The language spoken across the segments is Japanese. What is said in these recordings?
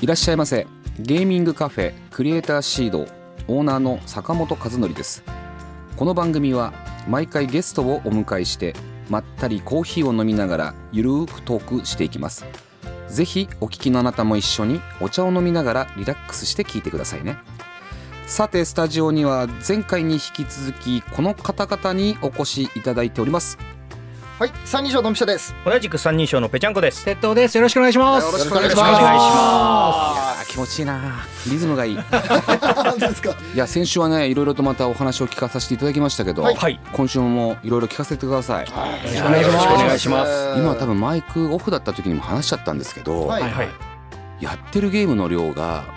いらっしゃいませゲーミングカフェクリエイターシードオーナーの坂本和則ですこの番組は毎回ゲストをお迎えしてまったりコーヒーを飲みながらゆるーくトークしていきますぜひお聞きのあなたも一緒にお茶を飲みながらリラックスして聞いてくださいねさてスタジオには前回に引き続きこの方々にお越しいただいておりますはい、三人称のみしゃです。同じく三人称のぺちゃんこです。鉄道です。よろしくお願いします。よろしくお願いしお願いしまあー気持ちいいなリズムがいいいす。なんですか。や先週はねいろいろとまたお話を聞かさせていただきましたけど、はいはい。今週もいろいろ聞かせてくださいよろしくお願いします。今多分マイクオフだった時にも話しちゃったんですけど、はいはいはい。やってるゲームの量が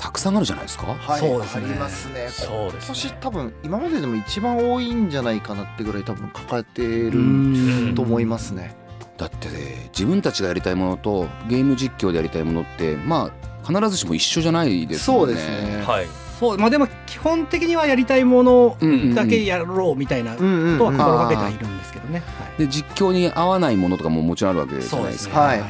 たくさんあるじゃないですかはい、そうですねありますね。そうで今す年ね。多分今まででも一番多いんじゃないかなってぐらい多分抱えてうるんと思いますね。だって、ね、自分たちがやりたいものとゲーム実況でやりたいものってまあ必ずしも一緒じゃないですそもうんねですね。はい。そう、まあでも基本的にはやりたいものうんうんうんだけやろうみたいなこうんうんうんとは心がけてはいるんですけどね。で実況に合わないものとかももちろんあるわけじゃそうないでですすね。かはい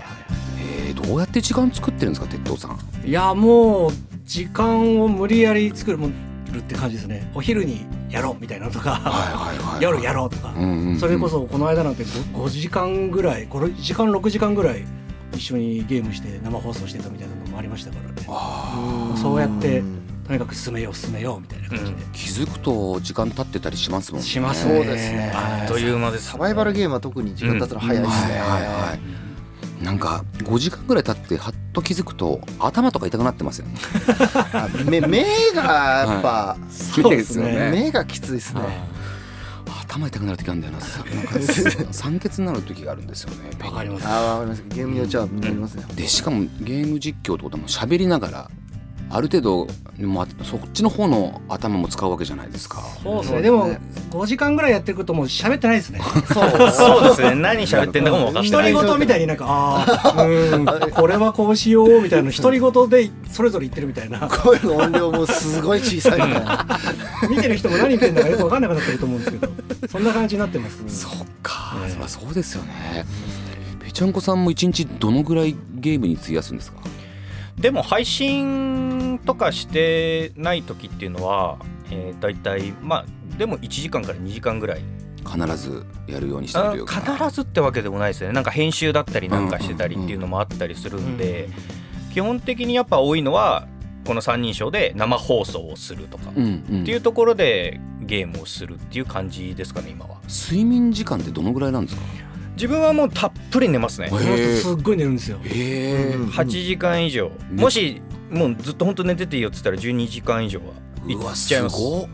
えーどうやって時間作ってるんですか鉄道さんい。いやもう時間を無理やり作るもるって感じですね。お昼にやろうみたいなのとか、はいはいはい夜やろうとかう、んうんうんそれこそこの間なんてご 5, 時間ぐらい、これ時間6時間ぐらい一緒にゲームして生放送してたみたいなのもありましたからね。うんそうやってとにかく進めよう進めようみたいな感じで。気づくと時間経ってたりしますもんねしますねね。そうですねあっという間です。サバイバルゲームは特に時間経ったら早いですね。はいはいはい。なんか5時間ぐらい経ってはっと気づくと頭とか痛くなってますよね。あ目目がやっぱ、そうですよね目がきついですね。 頭痛くなる時あるんだよな。さ なんか酸欠になる時があるんですよね。わかります。ああわかります。ゲームによっちゃなりますね。でしかもゲーム実況ってことはもう喋りながらある程度まあそっちの方の頭も使うわけじゃないですか。そうでそうですすねね。でも5時間ぐらいやってることもう喋ってないですね。そうそうですね。何喋ってんだかも分かって独なりい。人言みたいになんかああうーんこれはこうしようみたいな独り言でそれぞれ言ってるみたいな。声の音量もすごい小さいみたいな。見てる人も何言ってんだかよく分かんなくなってると思うんですけど、そんな感じになってます。そっか。ねそりゃそうですよね。ぺちゃんこさんも一日どのぐらいゲームに費やすんですか。でも配信とかしてない時っていうのは、えー、大体まあでも1時間から2時間ぐらい必ずやるようにしてあるよ。必ずってわけでもないですよねなんか編集だったりなんかしてたりっていうのもあったりするんで、基本的にやっぱ多いのはこの三人称で生放送をするとか、うんっうん。ていうところでゲームをするっていう感じですかね今は睡眠時間ってどのぐらいなんですか。自分はもうたっぷり寝ますねへこの人すっごい寝るんですよ。えうん8時間以上、うんもしもうずっと本当寝てていいよって言ったら12時間以上はいうわっちゃいすますごっ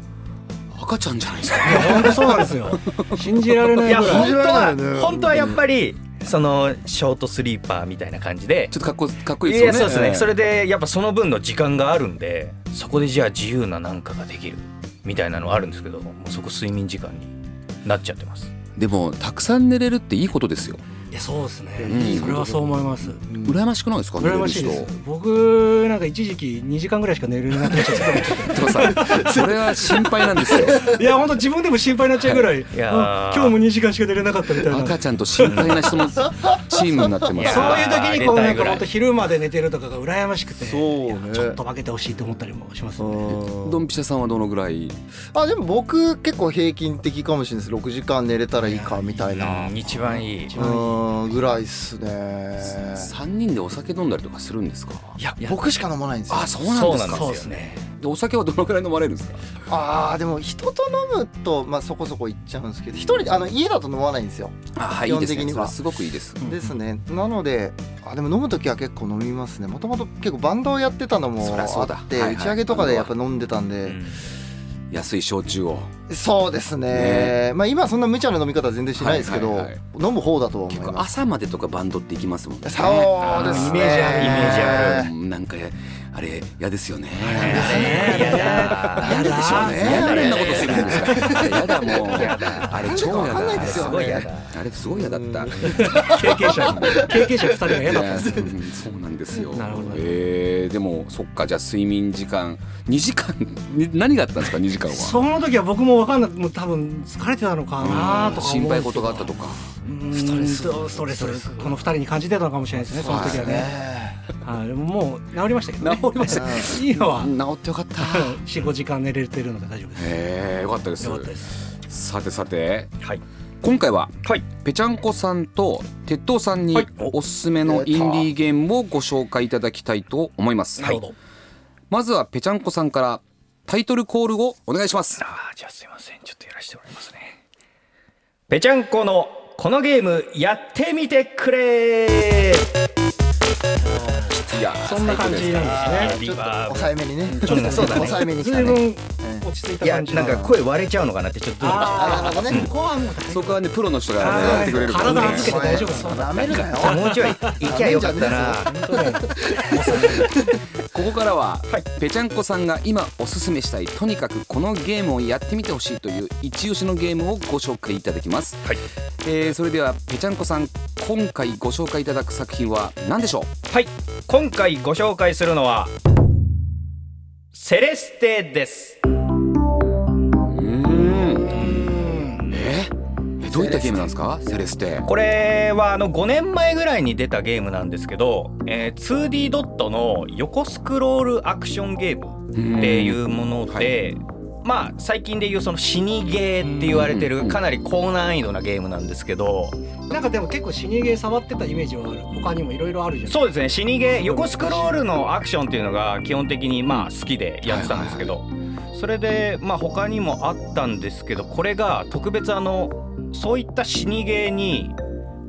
赤 ちゃんじゃないですか いや本当そうなんですよ。信じられないいぐやら本い。信当じられないよはね本当はやっぱりそのショートスリーパーみたいな感じでちょっとかっこかっこいいいでやすそよねうですね、ええそれでやっぱその分の時間があるんでそこでじゃあ自由ななんかができるみたいなのはあるんですけどもうそこ睡眠時間になっちゃってますでもたくさん寝れるっていいことですよいやそうですねうん。それはそう思います。羨ましくないですか羨ましい寝れでるす。僕なんか一時期2時間ぐらいしか寝れなくなっちゃって。人でもさそれは心配なんですよ いや本当自分でも心配になっちゃうぐらいいやーあ今日も2時間しか寝れなかったみたいな赤ちゃんと心配な人のチームになってまいやすそういう時にこうありながたいんぐからい本当昼まで寝てるとかが羨ましくて そうねちょっと負けてほしいと思ったりもしますねドンピシャさんはどのぐらいあでも僕結構平均的かもしれないです6時間寝れたらいいかみたいなうん一番いいうんぐらいっすね三人でお酒飲んだりとかするんですかいや僕しか飲まないんですよあそうなんですかそうなんですねでお酒はどのぐらい飲まれるんですかあーでも人と飲むとまあそこそこいっちゃうんですけど一人あの家だと飲まないんですよあはいいいいいいでですすねねそれはすすごくいいですうんですねなのであでも飲む時は結構飲みますねもともと結構バンドをやってたのもそりゃあそうだってはいはい打ち上げとかでやっぱ飲んでたんでう安い焼酎をそうですねまあ今そんな無茶な飲み方は全然しないですけど、はいはいはい飲む方だとは思い結構ます朝までとかバンドって行きますもんねそうですねイメージあるイメージあう。んなんかあれ嫌ですよねねえ嫌でしょうね嫌だね誰のことするんですかあれ嫌だもうあれ超なんでかわ嫌だかんないですよねあれあれすごい嫌だった経験者経験者2人が嫌だったんですねうんそうなんですよ。なるほどえーでもそっかじゃあ睡眠時間2時間に何があったんですか2時間は。その時は僕も分かんなくもう多分疲れてたのかなとか思う心配事があったとか。うんストレスストレスこの2人に感じてたのかもしれないですねその時はねはいでももう治りましたけどね治りました いいのは治ってよかった。 45時間寝れてるので大丈夫ですえー、よかったですよかったですさてさてはい今回ははいぺちゃんこさんと鉄塔さんにはいおすすめのインディーゲームをご紹介いただきたいと思います。なるほど、まずはぺちゃんこさんからタイトルコールをお願いします。あーじゃあすいませんちょっとやらせてもらいますねぺちゃんこのこのゲームやってみてくれいやそんな感じなんですねちょっと抑えめにねちょっとそうだね抑えめに来た随ね分落ち着いいたや感じなんかあ声割れちゃうのかなってちょっとあなるほどねーここはもう大丈そ夫こはねプロの人がねあーやってくれるからね。体預けて大丈夫そうなめるなよもうちょい行きゃよかったなここからは、はいぺちゃんこさんが今おすすめしたいとにかくこのゲームをやってみてほしいという一押しのゲームをご紹介いただきます、はいえーそれではぺちゃんこさん今回ご紹介いただく作品は何でしょうはい今回ご紹介するのはセレステですうんええどういったゲームなんですかセレステこれはあの5年前ぐらいに出たゲームなんですけど、えー 2D ドットの横スクロールアクションゲームっていうもので、まあ最近でいうその死にゲーって言われてうるんかなり高難易度なゲームなんですけどなんかでも結構死にゲー触ってたイメージはある他にもいろいろあるじゃんそうですね死にゲー横スクロールのアクションっていうのが基本的にまあ好きでやってたんですけどそれでまあ他にもあったんですけどこれが特別あのそういった死にゲーに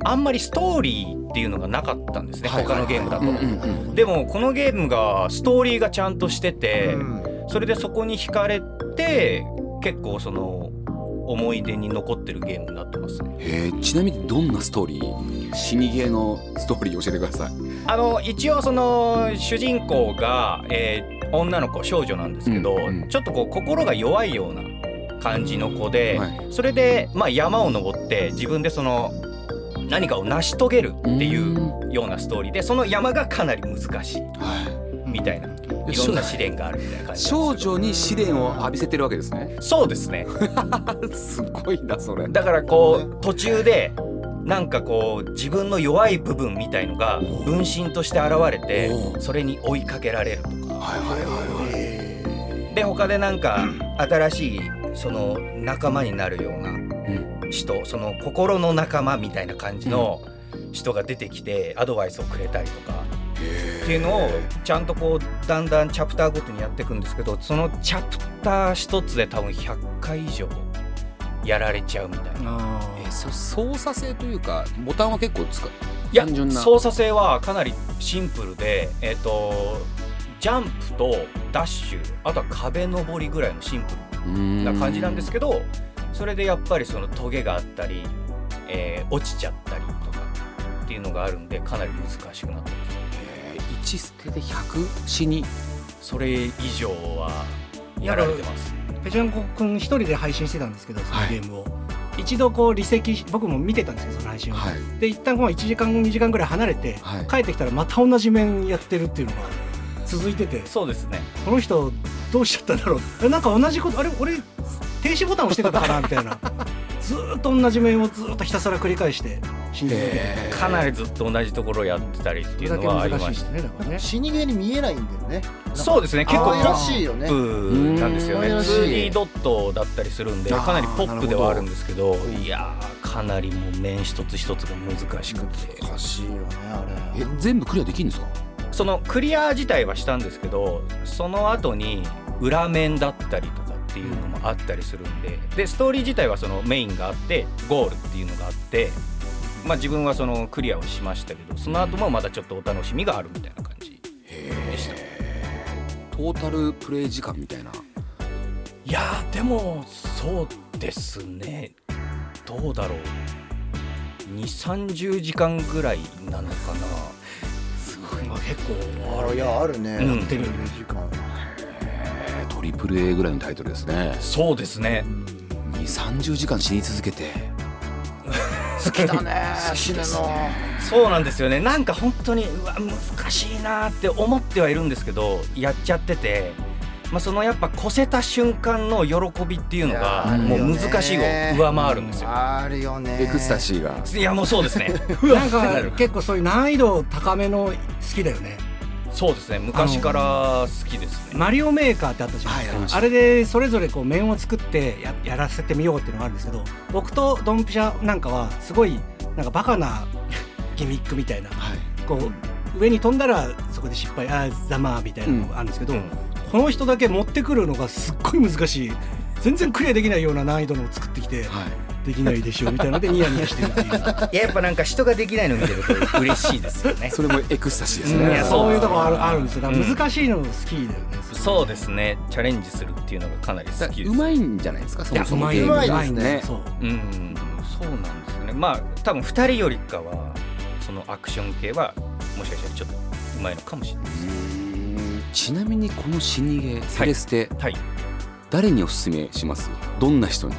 あんまりストーリーっていうのがなかったんですね他のゲームだうんうんと。うんでもこのゲームがストーリーがちゃんとしててうんそれでそこに惹かれて結構その思い出に残ってるゲームになってますね。えーちなみにどんなストーリー死にゲーのストーリー教えてくださいあの一応その主人公が、えー女の子少女なんですけど、うんうんちょっとこう心が弱いような感じの子で、はいそれで、まあ、山を登って自分でその何かを成し遂げるっていうはようなストーリーでその山がかなり難しいみたいな、いいろんな試練があるみたいな感じなん少ですけど女に試練を浴びせてるわけですねそうですね すごいなそれだからこう途中でなんかこう自分の弱い部分みたいのが分身として現れておうそれに追いかけられるとか。はいはいはいはいで他でなんか新しいその仲間になるような人その心の仲間みたいな感じの人が出てきてアドバイスをくれたりとかっていうのをちゃんとこうだんだんチャプターごとにやっていくんですけどそのチャプター一つで多分100回以上やられちゃうみたいな。あえーそ操作性というかボタンは結構使ういや単純な操作性はかなりシンプルでえっ、とジャンプとダッシュあとは壁登りぐらいのシンプルな感じなんですけどそれでやっぱりそのトゲがあったり、えー落ちちゃったりとかっていうのがあるんでかなり難しくなってますえー一捨てで100死にそれ以上はやられてますペチャンコくん一人で配信してたんですけどそのはいゲームを、一度こう離席し僕も見てたんですよその配信を、はいで一旦こう1時間2時間ぐらい離れて、はい帰ってきたらまた同じ面やってるっていうのが続いててそうですねこの人どうしちゃったんだろうえなんか同じことあれ俺停止ボタン押してたかなみた いなずーっと同じ面をずーっとひたすら繰り返して死んでるだけでかなりずっと同じところをやってたりってそいれうだけのはあり難まししいですねだからね死にゲーに見えないんだよねたそうですね結可構愛らしいよねポップなんですよねうーん 2D ドットだったりするんであーかなりポップではあるんですけどほどいやーかなりもう面一つ一つが難しくて難しいよねあえれ全部クリアできるんですかそのクリア自体はしたんですけどその後に裏面だったりとかっていうのもあったりするんででストーリー自体はそのメインがあってゴールっていうのがあって、まあ、自分はそのクリアをしましたけどその後もまだちょっとお楽しみがあるみたいな感じでした。トータルプレイ時間みたいないやーでもそうですねどうだろう2三3 0時間ぐらいなのかなすごいまあ結構あらいやあるね、うんやってるよね時間えートリプル A ぐらいのタイトルですねそうですね2三3 0時間死に続けて好きだね死ぬのそうなんですよねなんか本当にうわ難しいなーって思ってはいるんですけどやっちゃってて、まあ、そのやっぱ越せた瞬間の喜びっていうのがいやーもう難しいを上回るんですよ。あるよねエクスタシーがいやもうそうですねなんなかる結構そういう難易度高めの好きだよねそうですね昔から好きですね。マリオメーカーってあったじゃないではいありすか、ましたあれでそれぞれこう面を作ってややらせてみようっていうのがあるんですけど僕とドンピシャなんかはすごいなんかバカなギミックみたいなはいこう上に飛んだらそこで失敗あーざまーみたいなのがあるんですけど、うんこの人だけ持ってくるのがすっごい難しい全然クリアできないような難易度のを作ってきてはいできないでしょみたいなのでニヤニヤしてるっていういややっぱなんか人ができないの見てると嬉しいですよねそれもエクスタシーですうんいねやそういうとこあうるんあるんですよだから難しいの好きだよね、 そうですねチャレンジするっていうのがかなり好きですうまいんじゃないですかそいやもうそもまいゲーうムまがいねですねそううんそうなんですよねまあ多分2人よりかはそのアクション系はもしかしたらちょっとうまいのかもしれないですちなみにこの死にゲーセレステ、はい誰におすすめしますどんな人に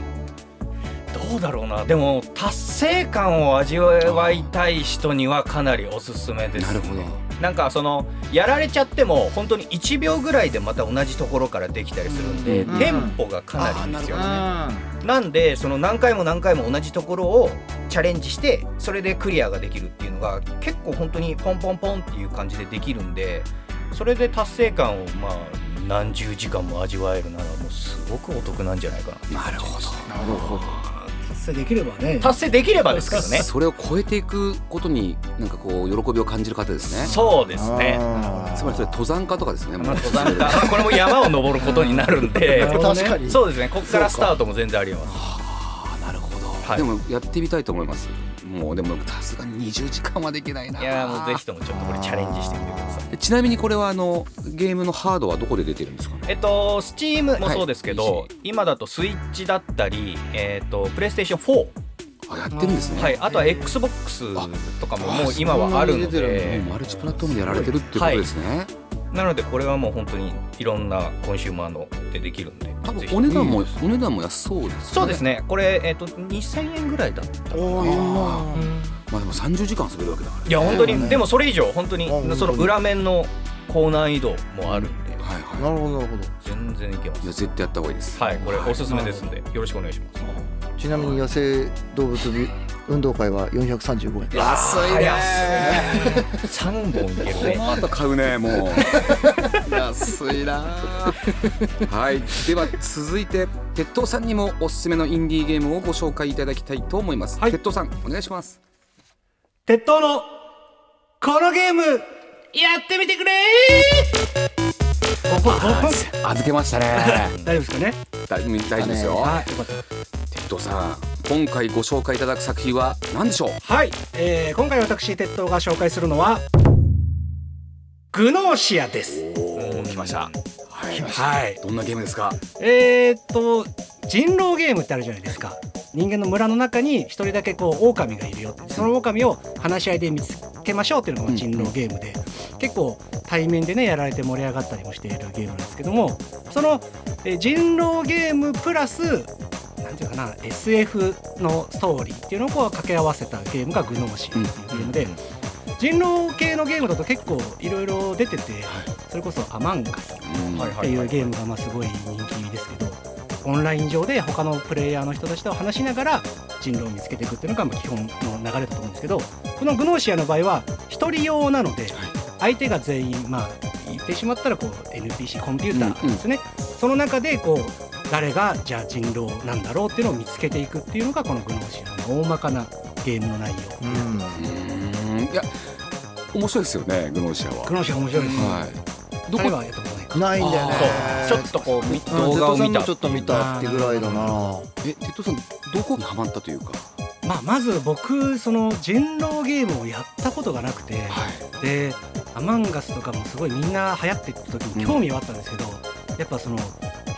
どうだろうなでも達成感を味わいたい人にはかなりおすすめです、ね、なるほどなんかそのやられちゃっても本当に1秒ぐらいでまた同じところからできたりするんで、うんテンポがかなりいいんですよね、うなんでその何回も何回も同じところをチャレンジしてそれでクリアができるっていうのが結構本当にポンポンポンっていう感じでできるんでそれで達成感をまあ何十時間も味わえるならもうすごくお得なんじゃないかななるほどなるほど達成できればね達成できればですからねそれを超えていくことになんかこう喜びを感じる方ですねそうですねつまりそれ登山家とかですねまあ登山家まあこれも山を登ることになるんで なるほどね確かにそうですねここからスタートも全然あります あなるほど、はいでもやってみたいと思いますもうでもさすがに20時間はできないないやーもうぜひともちょっとこれチャレンジしてみてくださいひちなみにこれはあのゲームのハードはどこで出てるんですかねえっと、Steam もそうですけど、はい今だとスイッチだったり、えっと、PlayStation4、あやってるんですね、はい、あとは XBOX とかももう今はあるのでもうマルチプラットフォームでやられてるっていうことですね、なのでこれはもう本当にいろんなコンシューマーのでできるんで多ぜ分ひお値段も、お値段も安そうですねそうですねこれ、えっと2000円ぐらいだったかなおーいいなまあでも30時間遊べるわけだからいや本当に、そうねでもそれ以上本当にうんその裏面の高難易度もあるんで、はいはなるほどなるほど全然いけまいいやす絶対やった方がいいですはいこれおすすめですんでよろしくお願いしますちなみに野生動物び運動会は435円安いね3本いけるこねの後買うねもう 安いなはいでは続いて鉄塔さんにもおすすめのインディーゲームをご紹介いただきたいと思います、はい鉄塔さんお願いします鉄塔のこのゲームやってみてくれ 預けましたね大丈夫ですかね大大丈夫ですよ、はいよかった鉄塔さん今回ご紹介いただく作品は何でしょうはい、えー今回私鉄塔が紹介するのはグノーシアですおお来ましたはいはいどんなゲームですかえー、っと人狼ゲームってあるじゃないですか人間の村の中に一人だけこう狼がいるよってその狼を話し合いで見つけましょうっていうのが人狼ゲームで、結構対面でねやられて盛り上がったりもしているゲームなんですけどもその、えー人狼ゲームプラスなんていうかな SF のストーリーっていうのをこう掛け合わせたゲームがグノーシーっていうゲームで、人狼系のゲームだと結構いろいろ出てて、それこそアマンガスうんはいっはていいはいうゲームがまあすごい人気ですけどオンライン上で他のプレイヤーの人たちと話しながら人狼を見つけていくっていうのがまあ基本の流れだと思うんですけどこのグノーシアの場合は一人用なので相手が全員まあ言ってしまったらこう NPC コンピューターですね、その中でこう誰がじゃあ人狼なんだろうっていうのを見つけていくっていうのがこのグノーシアの大まかなゲームの内容うんうーんいや面白いですよねグノーシアはグノーシア面白いです、はいどどここはやったことないかないんだよねそうちょっとこうみうん動画を見 Z さたんのちょっと見たってぐらいだなえ鉄塔さんどこにハマったというかまあ、まず僕その人狼ゲームをやったことがなくて、はでアマンガスとかもすごいみんな流行ってた時に興味はあったんですけど、やっぱその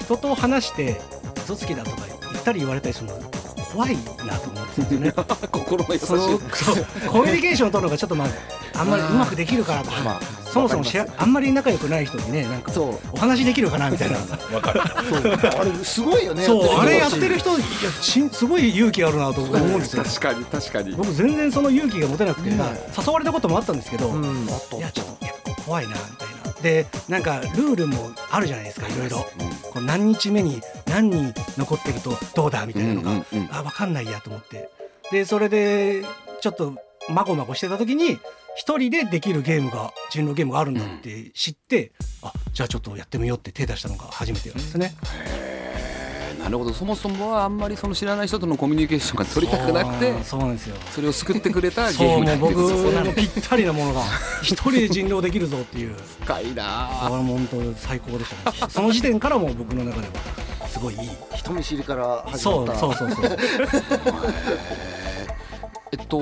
一人と話して嘘つきだとか言ったり言われたりするの怖いなと思ってた んですよね心の優しいそのそうコミュニケーションを取るのがちょっとまああんまりうまくできるからとか、まあそもそもしらあんまり仲良くない人にねなん かそうお話できるかなみたいなわかる。そうあれすごいよねそう あれやっ人てる人いやしんすごい勇気あるなと僕は思うんですよ確かに確かに僕全然その勇気が持てなくて、うんまあ誘われたこともあったんですけど、うんいやちょっとやっぱ怖いなみたいなでなんかルールもあるじゃないですかいろいろこう何日目に何人残ってるとどうだみたいなのが、うんうんうんあ分かんないやと思ってでそれでちょっとまごまごしてた時に一人でできるゲームが人狼ゲームがあるんだって知って、あじゃあちょっとやってみようって手出したのが初めてなんですね。なるほどそもそもはあんまりその知らない人とのコミュニケーションが取りたくなくてそうそうなんですよそれを救ってくれたゲそームうもなうんです僕よのぴったりなものが一人で人狼できるぞっていう深いなああれも本当最高でしたねその時点からもう僕の中ではすごいいい人見知りから始まそっうたそうそうそうえっと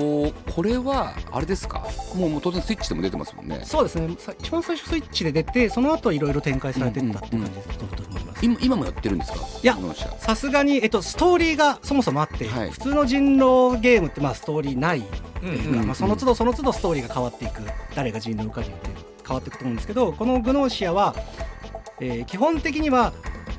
これはあれですかもうもう当然スイッチでも出てますもんねそうですねさ一番最初スイッチで出てその後いろいろ展開されてったっていう感じだったと思います今今もやってるんですかいやこの社さすがに、えっと、ストーリーがそもそもあって、はい普通の人狼ゲームって、まあ、ストーリーないうんっていううんか、うんまあ、その都度その都度ストーリーが変わっていく誰が人狼かによって変わっていくと思うんですけどこの「グノーシアは」えー基本的には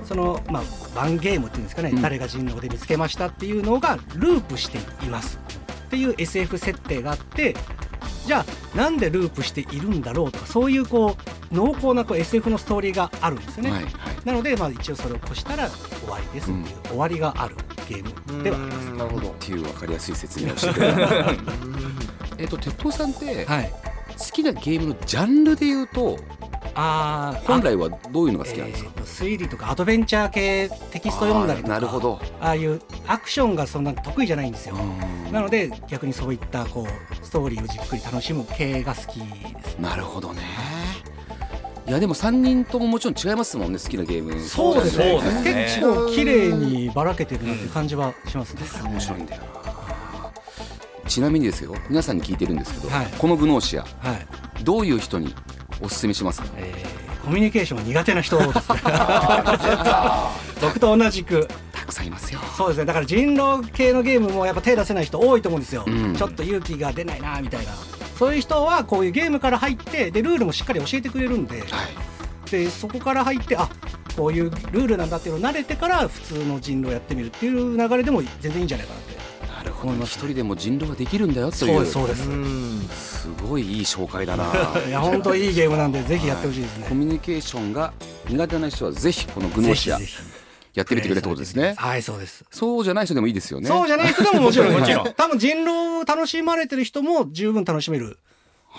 その、まあ、ワンゲームっていうんですかね、うん誰が人狼で見つけましたっていうのがループしていますっていう SF 設定があってじゃあなんでループしているんだろうとかそういうこう濃厚なこう SF のストーリーがあるんですよね。はいはいなので、まあ、一応それを越したら終わりですっていう、終わりがあるゲームではあります。うんなるほどっていう分かりやすい説明をしてくれた えっと鉄塔さんって好はい、きなゲームのジャンルで言うとあー本あ来はどういうのが好きなんえですかーと推理とかアドベンチャー系テキスト読んだりとあーなかるほどああいうアクションがそんな得意じゃないんですよ、なので逆にそういったこうストーリーをじっくり楽しむ系が好きですなるほどねいやでも三人とももちろん違いますもんね好きなゲームそうですねそうですね結構綺麗にばらけてるなって感じはしますね、面白いんだよなちなみにですよ皆さんに聞いてるんですけど、はいこのグノーシアはいどういう人におすすめしますかえーコミュニケーションが苦手な人です ね 僕と同じくたくさんいますよそうですねだから人狼系のゲームもやっぱ手出せない人多いと思うんですよ、うんちょっと勇気が出ないなみたいなそういう人はこういうゲームから入ってでルールもしっかり教えてくれるんではいでそこから入ってあこういうルールなんだっていうのを慣れてから普通の人狼やってみるっていう流れでも全然いいんじゃないかなってなるほ思いどます一人でも人狼ができるんだよといそううですそうでうす、んすごいいい紹介だないや本当いいゲームなんでぜひやってほしいですね、コミュニケーションが苦手な人はぜひこのグノーシアぜひぜやってみてくれってことですねひはいそうですそうじゃない人でもいいですよねそうじゃない人でももちろんもちろんはい多分人狼を楽しまれてる人も十分楽しめる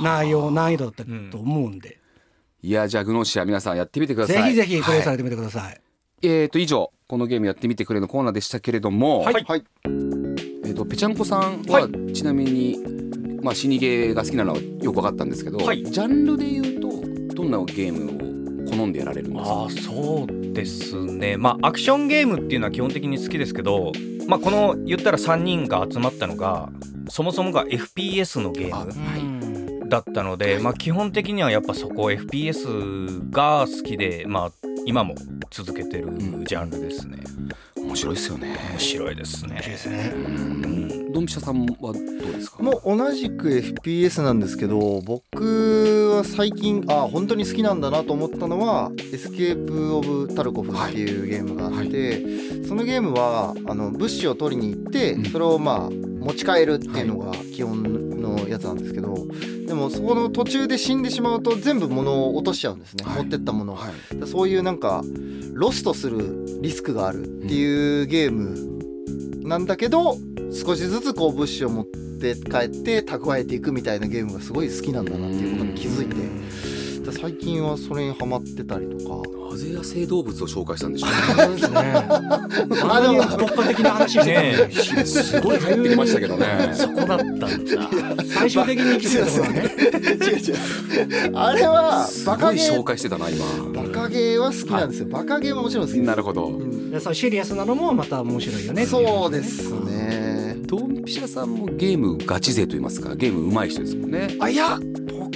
内容難易度だったと思うんで、いやじゃあグノーシア皆さんやってみてくださぜいひぜひプレイさはいれてみてください。えーと以上このゲームやってみてくれのコーナーでしたけれども、はいはいえー、とぺちゃんこさんは、はちなみに、まあ、死にゲーが好きなのはよく分かったんですけど、はいジャンルでいうとどんなゲームを好んでやられるんですかあーそうですねまあアクションゲームっていうのは基本的に好きですけど、まあ、この言ったら3人が集まったのがそもそもが FPS のゲームはいだったので、まあ、基本的にはやっぱそこ FPS が好きで、まあ、今も続けてるジャンルですね、面白いですよね面白いです嬉しいでね、すね。うん、ドンピシャさんはどうですかもう同じく FPS なんですけど僕は最近あ本当に好きなんだなと思ったのは「エスケープ・オブ・タルコフ」っていうゲームがあって、そのゲームはあの物資を取りに行って、うんそれをまあ持ち帰るっていうのが基本のやつなんですけど、でもそこの途中で死んでしまうと全部物を落としちゃうんですね、はい持ってったものを。はい、だからそういうなんかロストするリスクがあるっていうゲームなんだけど、少しずつこう物資を持って帰って蓄えていくみたいなゲームがすごい好きなんだなっていうことに気づいてだから最近はそれにハマってたりとかなぜ野生動物を紹介したんでしょ そうですね。ああでも国家的な話し てたのにうすごい入ってきましたけどねそこだったんだ最終的に来てたところはね。違う違うあれはすバごカいゲ紹ー介してたな今バカゲーは好きなんですよ、バカゲーももちろん好きですなるほどうんでそうシリアスなのもまた面白いよね。そうです。ねドンピシャさんもゲームガチ勢と言いますかゲーム上手い人ですもんねあいや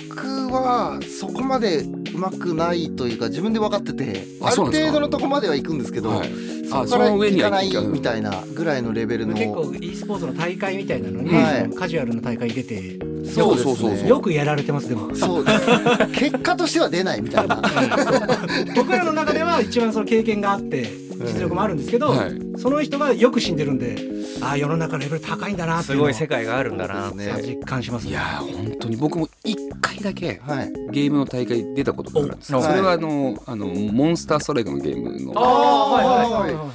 僕はそこまでうまくないというか自分で分かっててああるそうなんですか程度のとこまでは行くんですけど、はいそこそからの上行にはか行かないみたいなぐらいのレベルの結構 e スポーツの大会みたいなのに、はいそのカジュアルな大会に出そてうですねそうそうそうそうよくやられてますでもそうです結果としては出ないみ たいな僕らの中では一番その経験があって実力もあるんですけど、はいその人がよく死んでるんでああ世の中のレベル高いんだなってすいうのごをい世界があるんだなそうですね実感しますいねやー本当に僕も一回だけはいゲームの大会に出たことがあるんですそおれはあのあのモンスターストライクのゲームのあーはいは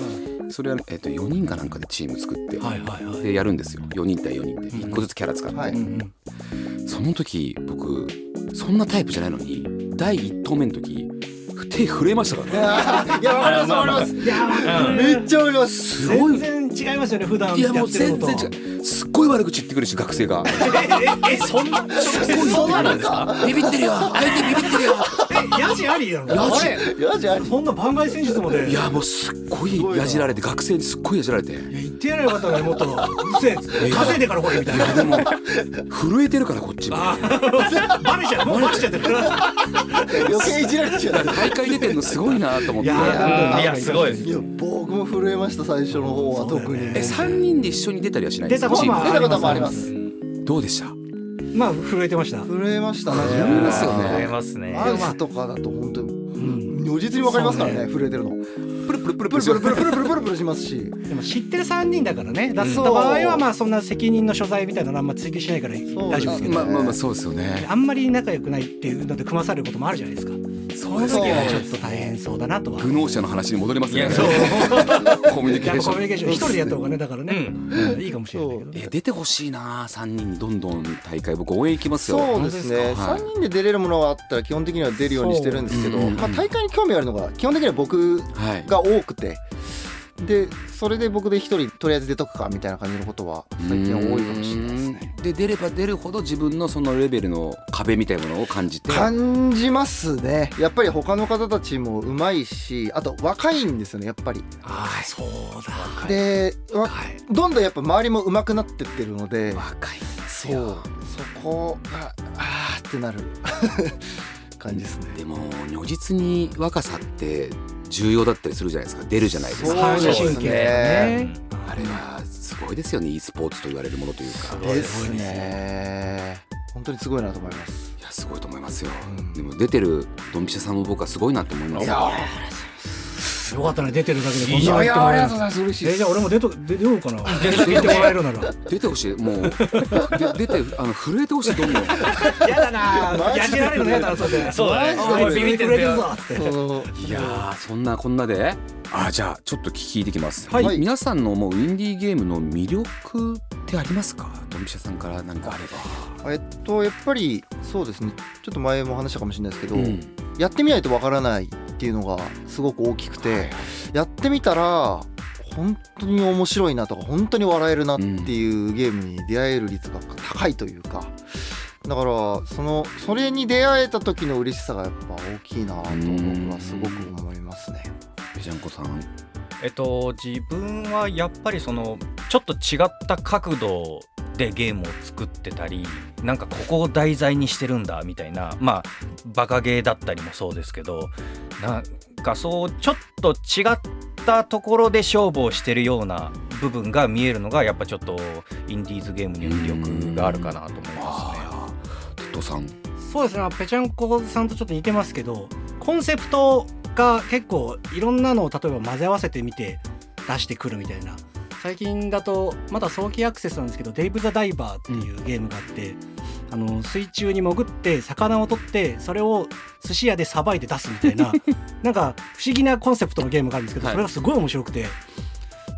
いそれは、えっと4人かなんかでチーム作って、はいはいはいでやるんですよ4人対4人でうん1個ずつキャラ使って、はいうんうんその時僕そんなタイプじゃないのに第1投目の時手震えましたかいらねやいやわかりますわかりますいやーめっちゃわかりますすごい全然違いますよね普段いやもやうってる全こと然違うすっごい悪口言ってくるし学生がえそんな直接そうなのかビビってるよ相手ビビってるよえヤジありやろヤジあ れやじゃありそんな番外戦術までいやもうすっごいやじられて学生にすっごいやじられていいや言ってやればよかったのにもっとうるせえっつって稼いでからこれみたいなやでも震えてるからこっちもあーバレちゃうもうバレちゃってる 余計いじられちゃう大会出てるのすごいなと思っいてやーいやすごいですいや僕も震えました最初の方は特に、え3人で一緒に出たりはしないんで出すかたことも出たこともありますどうでしたまあ震えてました、震えましたね震えますよねありますねアイスとかだと本当にうん、如実にわかりますからね震えてるのプルプルプルプルプルプルプルプルプルプルしますしでも知ってる3人だからね出した場合はまあそんな責任の所在みたいなのはあんま追及しないから大丈夫ですけどまあまあまあそうですよねあんまり仲良くないっていうので組まされることもあるじゃないですか。そういう時はちょっと大変そうだなとは。愚能者の話に戻りますいねやそう コミュニケやーっぱシコョミュニンケーション一人でやった方がねだからうね、んうんいいかもしれないけどいや出てほしいな3人どんどん大会僕応援行きますよそうですね、本当ですかはい3人で出れるものはあったら基本的には出るようにしてるんですけど、そううんまあ、大会に興味あるのが基本的には僕はいが多くてでそれで僕で一人とりあえず出とくかみたいな感じのことは最近は多いかもしれないですねうーんで出れば出るほど自分のそのレベルの壁みたいなものを感じて感じますねやっぱり他の方たちもうまいしあと若いんですよねやっぱりああそうだ。でわはい。どんどんやっぱ周りも上手くなってってるので若いんですそうよそこがあーってなる 感じですねでも如実に若さって重要だったりするじゃないですか出るじゃないですそうか反射ですね神経ね。あれはすごいですよね e スポーツと言われるものというかごいでですすねね本当にすごいなと思いますいやすごいと思いますよ、うんでも出てるドンピシャさんも僕はすごいなと思いますよよかったね出てるだけでこんいなや入ってもらえる。ございます嬉しえじゃあ俺も出と出出ようかな。出てもらえるなら。出てほしいもうで出てあの震えてほしいどんどんやだな。やじられるのやだなそれ。そうだねおいビビってるぞ。そのいやーそんなこんなであじゃあちょっと聞いてきます、はい皆さんの思うインディーゲームの魅力ってありますかドンピシャさんから何かあればえっとやっぱりそうですねちょっと前も話したかもしれないですけど、うんやってみないとわからないっていうのがすごく大きくて、はいやってみたら本当に面白いなとか本当に笑えるなっていうゲームに出会える率が高いというかだからそのそれに出会えた時の嬉しさがやっぱ大きいなと僕はすごく思いますね。ぺちゃんこさんえっと、自分はやっぱりそのちょっと違った角度でゲームを作ってたりなんかここを題材にしてるんだみたいなまあバカゲーだったりもそうですけどなんかそうちょっと違ったところで勝負をしてるような部分が見えるのがやっぱちょっとインディーズゲームには魅力があるかなと思いますね。あーテッドさんそうですねぺちゃんこさんとちょっと似てますけどコンセプトが結構いろんなのを例えば混ぜ合わせてみて出してくるみたいな最近だとまだ早期アクセスなんですけど「デイブ・ザ・ダイバー」っていうゲームがあって、あの水中に潜って魚を取ってそれを寿司屋でさばいて出すみた いななんか不思議なコンセプトのゲームがあるんですけど、はいそれがすごい面白くて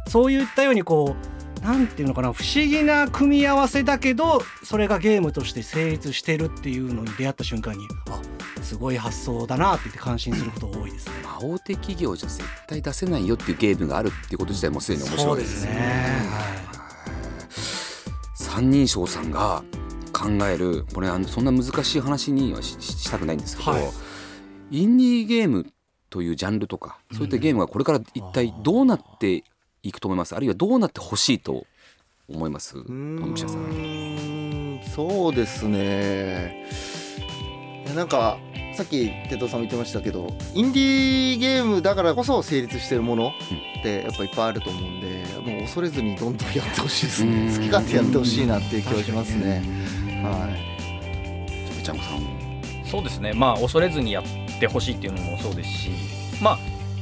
そういったようにこうなんていうのかな不思議な組み合わせだけどそれがゲームとして成立してるっていうのに出会った瞬間にあすごい発想だなって言って感心すること多いですね。魔王的企業じゃ絶対出せないよっていうゲームがあるっていうこと自体もすでに面白いですそうですね三人称さんが考えるこれあのそんな難しい話にはしししたくないんですけど、はいインディーゲームというジャンルとかそういったゲームがこれから一体どうなっていくと思いますあるいはどうなってほしいと思いますうーん野口さんそうですねいやなんかさっき哲夫さんも言ってましたけどインディーゲームだからこそ成立してるものってやっぱいっぱいあると思うんでもう恐れずにどんどんやってほしいですうんね好き勝手やってほしいなっていう気はしますねはいじゃあちゃんこさんそうですねまあ恐れずにやってほしいっていうのもそうですしまあ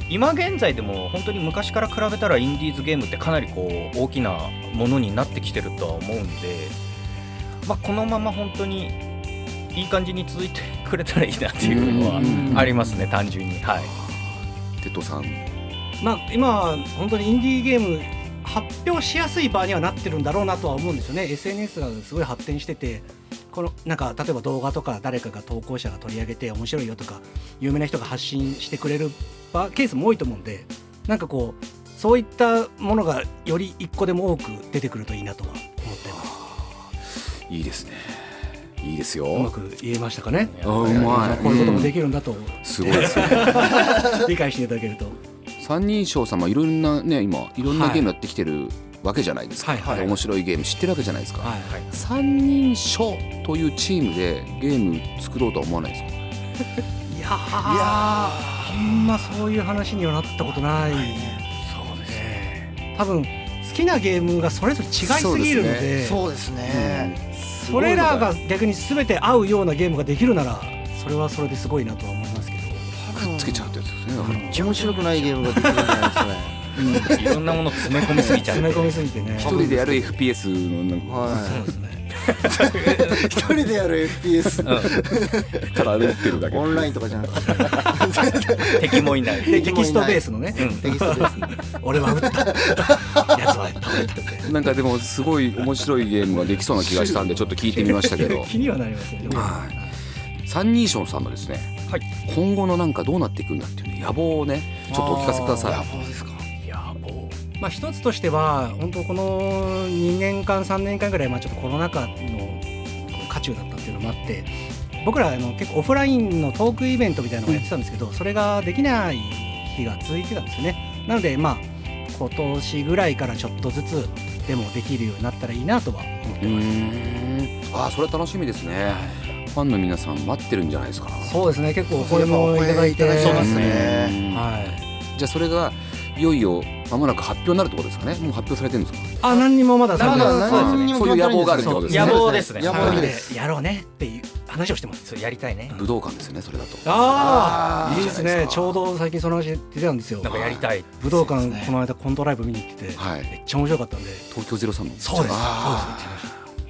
今現在でも本当に昔から比べたらインディーズゲームってかなりこう大きなものになってきてるとは思うんで、まあ、このまま本当にいい感じに続いてくれたらいいなっていうのはうんありますね単純にはいテトさんまあ、今は本当にインディーゲーム発表しやすい場にはなってるんだろうなとは思うんですよね SNS がすごい発展しててこのなんか例えば動画とか誰かが投稿者が取り上げて面白いよとか有名な人が発信してくれる場ケースも多いと思うんでなんかこうそういったものがより一個でも多く出てくるといいなとは思ってますいいですねいいですようまく言えましたかねあうまいこういうこともできるんだとすごいですね理解していただけると三人称様いろんなね今いろんなはいゲームやってきてるわけじゃないですか、はいはいで面白いゲーム知ってるわけじゃないですか、はい三人称というチームでゲーム作ろうとは思わないですかいやーあんまそういう話にはなったことない、そうですね多分好きなゲームがそれぞれ違いすぎるのでそそうですねれらが逆に全て合うようなゲームができるならそれはそれですごいなとは思いますけどくっつけちゃうってやつですねだから面白くないゲームができるんじゃないですかねいろんなもの詰め込みすぎちゃって詰め込みすぎてね一人でやる FPS のなんかはそうですねい 一人でやる FPS ただ歩いてるだけオンラインとかじゃなく て敵もいないでテキストベースのねうんテキストですね俺は打ったやつは倒れたみ たいなんかでもすごい面白いゲームができそうな気がしたんでちょっと聞いてみましたけどな気 にはなりますよねはい三人称さんのですね、はい今後のなんかどうなっていくんだっていうね野望をねちょっとお聞かせくださいあー野望ですか野望まあ、一つとしては本当この2年間3年間ぐらい、まあ、ちょっとコロナ禍のこう渦中だったっていうのもあって僕らあの結構オフラインのトークイベントみたいなのをやってたんですけど、それができない日が続いてたんですよねなのでまあ今年ぐらいからちょっとずつでもできるようになったらいいなとは思ってうます、ーんあーそれは楽しみですねファンの皆さん待ってるんじゃないですかそうですね結構お声もいただいてお声いただいてますねははい、いじゃあそれがいよいよ間もなく発表になるってことですかねもう発表されてるんですかあ何にもまだまれてだないそうですね何にも決まってないんでそういう野望すよがあるってことですね野望ですね野三望人でですやろうねっていう話をしてますそうやりたいね武道館ですよねそれだとあああーいいですいいじゃないでねすかちょうど最近その話出てたんですよなんかやりたい武そ道館うですねこの間コントライブ見に行っててはいめっちゃ面白かったんで東京ゼロさんのそうですあ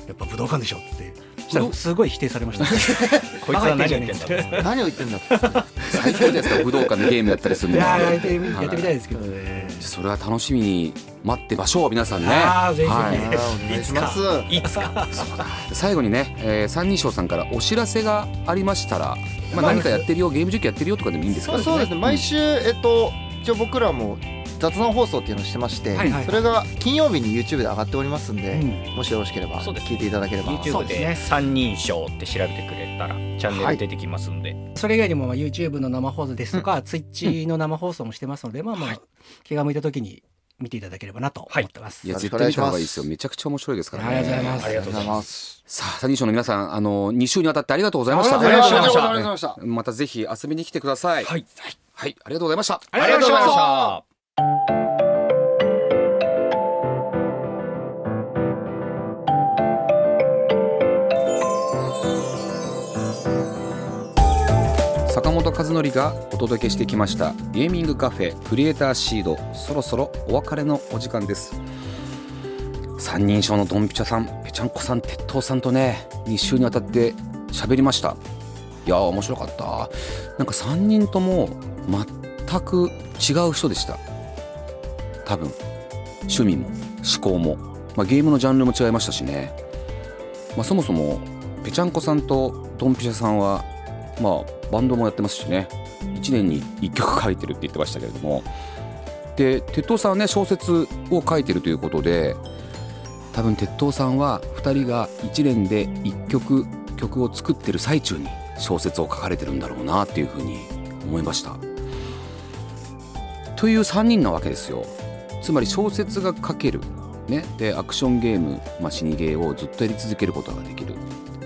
やっぱ武道館でしょっつってしたらすごい否定されました こいつは何言ってんだろう何を言ってんだー最高じゃないですか武道館でゲームやったりする いのはやーやりてみやってみたいですけどねそれは楽しみに待ってましょう皆さんねあーぜひぜひはいお願いしますいつか最後にね、えー、三人称さんからお知らせがありましたら、まあ、何かやってるよゲーム実況やってるよとかでもいいんですかそうそうですね毎週えっと一応僕らも雑談放送っていうのをしてまして、はいはいそれが金曜日に YouTube で上がっておりますんうで、んもしよろしければそうです聞いていただければ、そう YouTube ですでね三人称って調べてくれたらチャンネル出てきますんで、それ以外にもまあ YouTube の生放送ですとか Twitch の生放送もしてますのでまあまあ気が向いた時に見ていただければなと思ってますいやよろし絶くお対見願いしたます方がいいですよめちゃくちゃ面白いですからねありがとうございますありがとうございますすさあ三人称の皆さんあの二週にわたってありがとうございましたありがとうございましたねありがとうございましたまたぜひ遊びに来てくださいはい、はい、ありがとうございましたありがとうございました坂本和則がお届けしてきましたゲーミングカフェクリエイターシードそろそろお別れのお時間です三人称のドンピシャさんぺちゃんこさん鉄塔さんとね2週にわたって喋りましたいやー面白かったなんか3人とも全く違う人でした多分趣味も思考も、まあ、ゲームのジャンルも違いましたしね、まあ、そもそもぺちゃんこさんとドンピシャさんはまあ、バンドもやってますしね1年に1曲書いてるって言ってましたけれどもで鉄塔さんはね小説を書いてるということで多分鉄塔さんは2人が1年で1曲曲を作ってる最中に小説を書かれてるんだろうなっていうふうに思いました。という3人なわけですよ。つまり小説が書ける、ね、でアクションゲーム、まあ、死にゲーをずっとやり続けることができる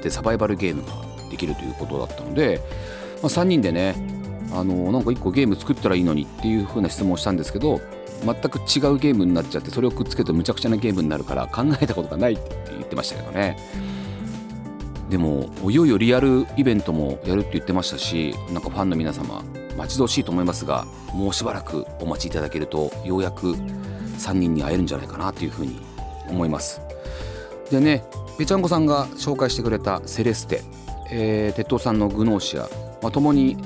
でサバイバルゲームができるということだったのであ、3人でねあのなんか1個ゲーム作ったらいいのにっていう風な質問をしたんですけど全く違うゲームになっちゃってそれをくっつけるとむちゃくちゃなゲームになるから考えたことがないって言ってましたけどねでもいよいよリアルイベントもやるって言ってましたしなんかファンの皆様待ち遠しいと思いますがもうしばらくお待ちいただけるとようやく3人に会えるんじゃないかなというふうに思いますでねぺちゃんこさんが紹介してくれた「セレステ」えー鉄道さんの「グノーシア」まあ、共に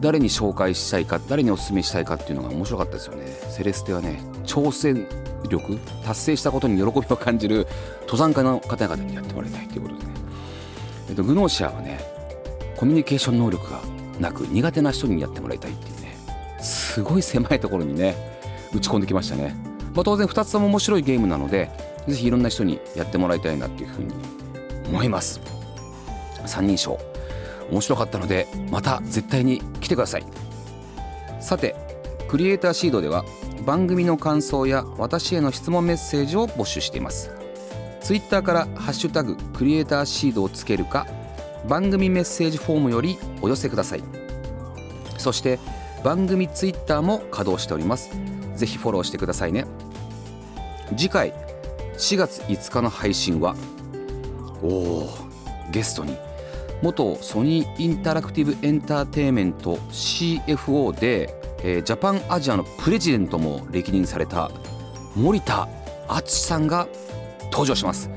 誰に紹介したいか誰にお勧めしたいかっていうのが面白かったですよねセレステはね挑戦力達成したことに喜びを感じる登山家の方々にやってもらいたいということでね、えっと、グノーシアはねコミュニケーション能力がなく苦手な人にやってもらいたいっていうねすごい狭いところにね打ち込んできましたね、まあ、当然2つとも面白いゲームなのでぜひいろんな人にやってもらいたいなっていうふうに思います三人称面白かったのでまた絶対に来てくださいさてクリエイターシードでは番組の感想や私への質問メッセージを募集していますツイッターからハッシュタグクリエイターシードをつけるか番組メッセージフォームよりお寄せくださいそして番組ツイッターも稼働しておりますぜひフォローしてくださいね次回4月5日の配信はおおゲストに元ソニーインタラクティブエンターテインメント CFO で、えージャパンアジアのプレジデントも歴任された森田敦さんが登場します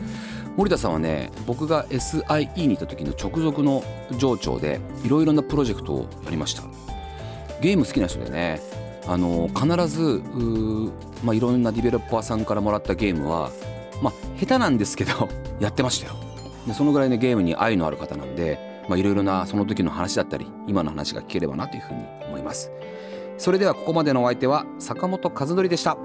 森田さんはね僕が SIE にいた時の直属の上長でいろいろなプロジェクトをやりましたゲーム好きな人でねあの必ずうーまあ、いろんなディベロッパーさんからもらったゲームは、まあ、下手なんですけど やってましたよでそのぐらいねゲームに愛のある方なんで、まあ、いろいろなその時の話だったり今の話が聞ければなというふうに思いますそれではここまでのお相手は坂本和則でした